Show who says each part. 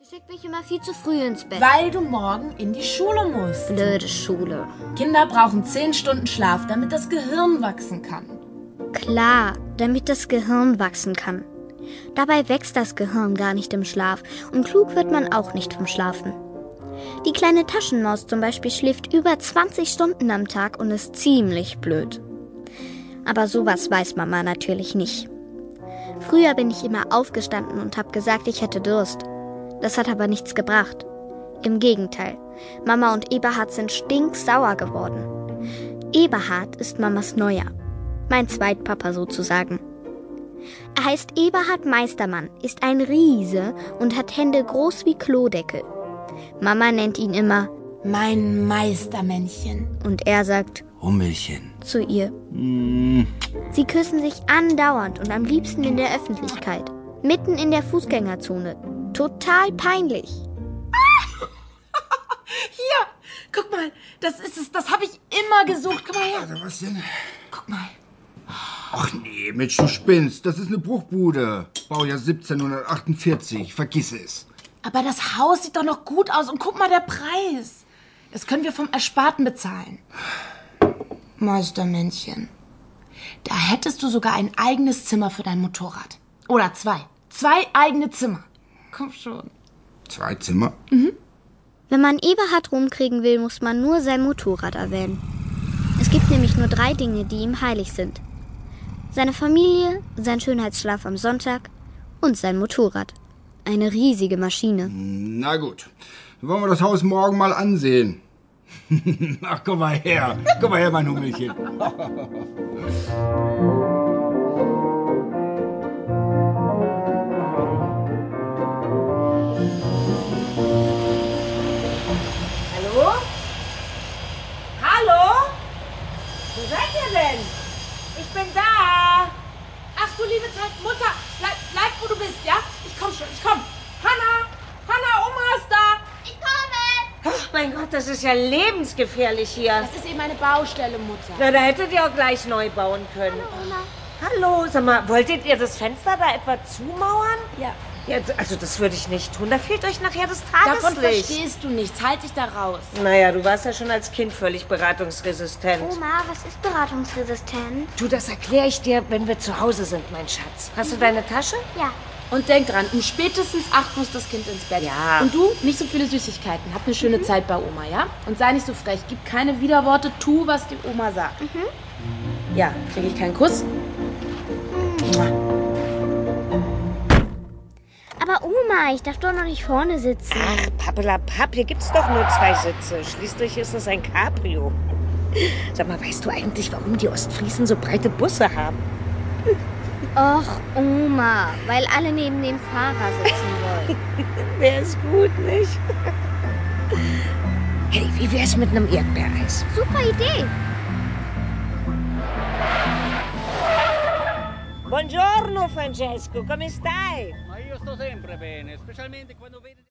Speaker 1: schickt mich immer viel zu früh ins Bett.
Speaker 2: Weil du morgen in die Schule musst.
Speaker 1: Blöde Schule.
Speaker 2: Kinder brauchen 10 Stunden Schlaf, damit das Gehirn wachsen kann.
Speaker 1: Klar, damit das Gehirn wachsen kann. Dabei wächst das Gehirn gar nicht im Schlaf und klug wird man auch nicht vom Schlafen. Die kleine Taschenmaus zum Beispiel schläft über 20 Stunden am Tag und ist ziemlich blöd. Aber sowas weiß Mama natürlich nicht. Früher bin ich immer aufgestanden und habe gesagt, ich hätte Durst. Das hat aber nichts gebracht. Im Gegenteil, Mama und Eberhard sind stinksauer geworden. Eberhard ist Mamas Neuer, mein Zweitpapa sozusagen. Er heißt Eberhard Meistermann, ist ein Riese und hat Hände groß wie Klodeckel. Mama nennt ihn immer
Speaker 2: Mein Meistermännchen.
Speaker 1: und er sagt
Speaker 3: Hummelchen.
Speaker 1: zu ihr.
Speaker 3: Mm,
Speaker 1: Sie küssen sich andauernd und am liebsten in der Öffentlichkeit. Mitten in der Fußgängerzone. Total peinlich.
Speaker 2: Hier, guck mal, das ist es, das habe ich immer gesucht. Guck mal her,
Speaker 3: Warte, was denn?
Speaker 2: guck mal.
Speaker 3: Ach nee, Mensch, du spinnst. Das ist eine Bruchbude. Baujahr 1748. Vergiss es.
Speaker 2: Aber das Haus sieht doch noch gut aus und guck mal der Preis. Das können wir vom Ersparten bezahlen. Meistermännchen, da hättest du sogar ein eigenes Zimmer für dein Motorrad. Oder zwei. Zwei eigene Zimmer. Komm schon.
Speaker 3: Zwei Zimmer?
Speaker 1: Wenn man Eberhard rumkriegen will, muss man nur sein Motorrad erwähnen. Es gibt nämlich nur drei Dinge, die ihm heilig sind. Seine Familie, sein Schönheitsschlaf am Sonntag und sein Motorrad. Eine riesige Maschine.
Speaker 3: Na gut. Dann wollen wir das Haus morgen mal ansehen. Ach, komm mal her. Komm mal her, mein Hummelchen.
Speaker 4: Hallo? Hallo? Wo seid ihr denn? Ich bin da. Ach du liebe Zeit, Mutter, bleib, bleib wo du bist, ja? Ich komm schon, ich komm. Hanna, Hanna, Oma ist da. Ich komme.
Speaker 5: Ach, mein Gott, das ist ja lebensgefährlich hier.
Speaker 2: Das ist eben eine Baustelle, Mutter.
Speaker 5: Na, da hättet ihr auch gleich neu bauen können. Hallo, Hallo, sag mal, wolltet ihr das Fenster da etwa zumauern?
Speaker 2: Ja.
Speaker 5: Ja, d- also das würde ich nicht tun. Da fehlt euch nachher das
Speaker 2: Davon
Speaker 5: Tageslicht.
Speaker 2: verstehst du nichts. Halt dich da raus.
Speaker 5: Naja, du warst ja schon als Kind völlig beratungsresistent.
Speaker 1: Oma, was ist beratungsresistent?
Speaker 5: Du, das erkläre ich dir, wenn wir zu Hause sind, mein Schatz. Hast du deine Tasche?
Speaker 1: Ja.
Speaker 2: Und denk dran, um spätestens acht muss das Kind ins Bett.
Speaker 5: Ja.
Speaker 2: Und du, nicht so viele Süßigkeiten. Hab eine schöne Zeit bei Oma, ja? Und sei nicht so frech. Gib keine Widerworte. Tu, was die Oma sagt. Ja, kriege ich keinen Kuss?
Speaker 1: Aber Oma, ich darf doch noch nicht vorne sitzen.
Speaker 5: Ach, Pappelapapp, hier gibt's doch nur zwei Sitze. Schließlich ist es ein Cabrio. Sag mal, weißt du eigentlich, warum die Ostfriesen so breite Busse haben?
Speaker 1: Och, Oma, weil alle neben dem Fahrer sitzen wollen.
Speaker 5: Wäre es gut, nicht? Hey, wie wär's mit einem Erdbeereis?
Speaker 1: Super Idee.
Speaker 5: Buongiorno, Francesco, come stai?
Speaker 6: Ma io sto sempre bene, specialmente quando vedi...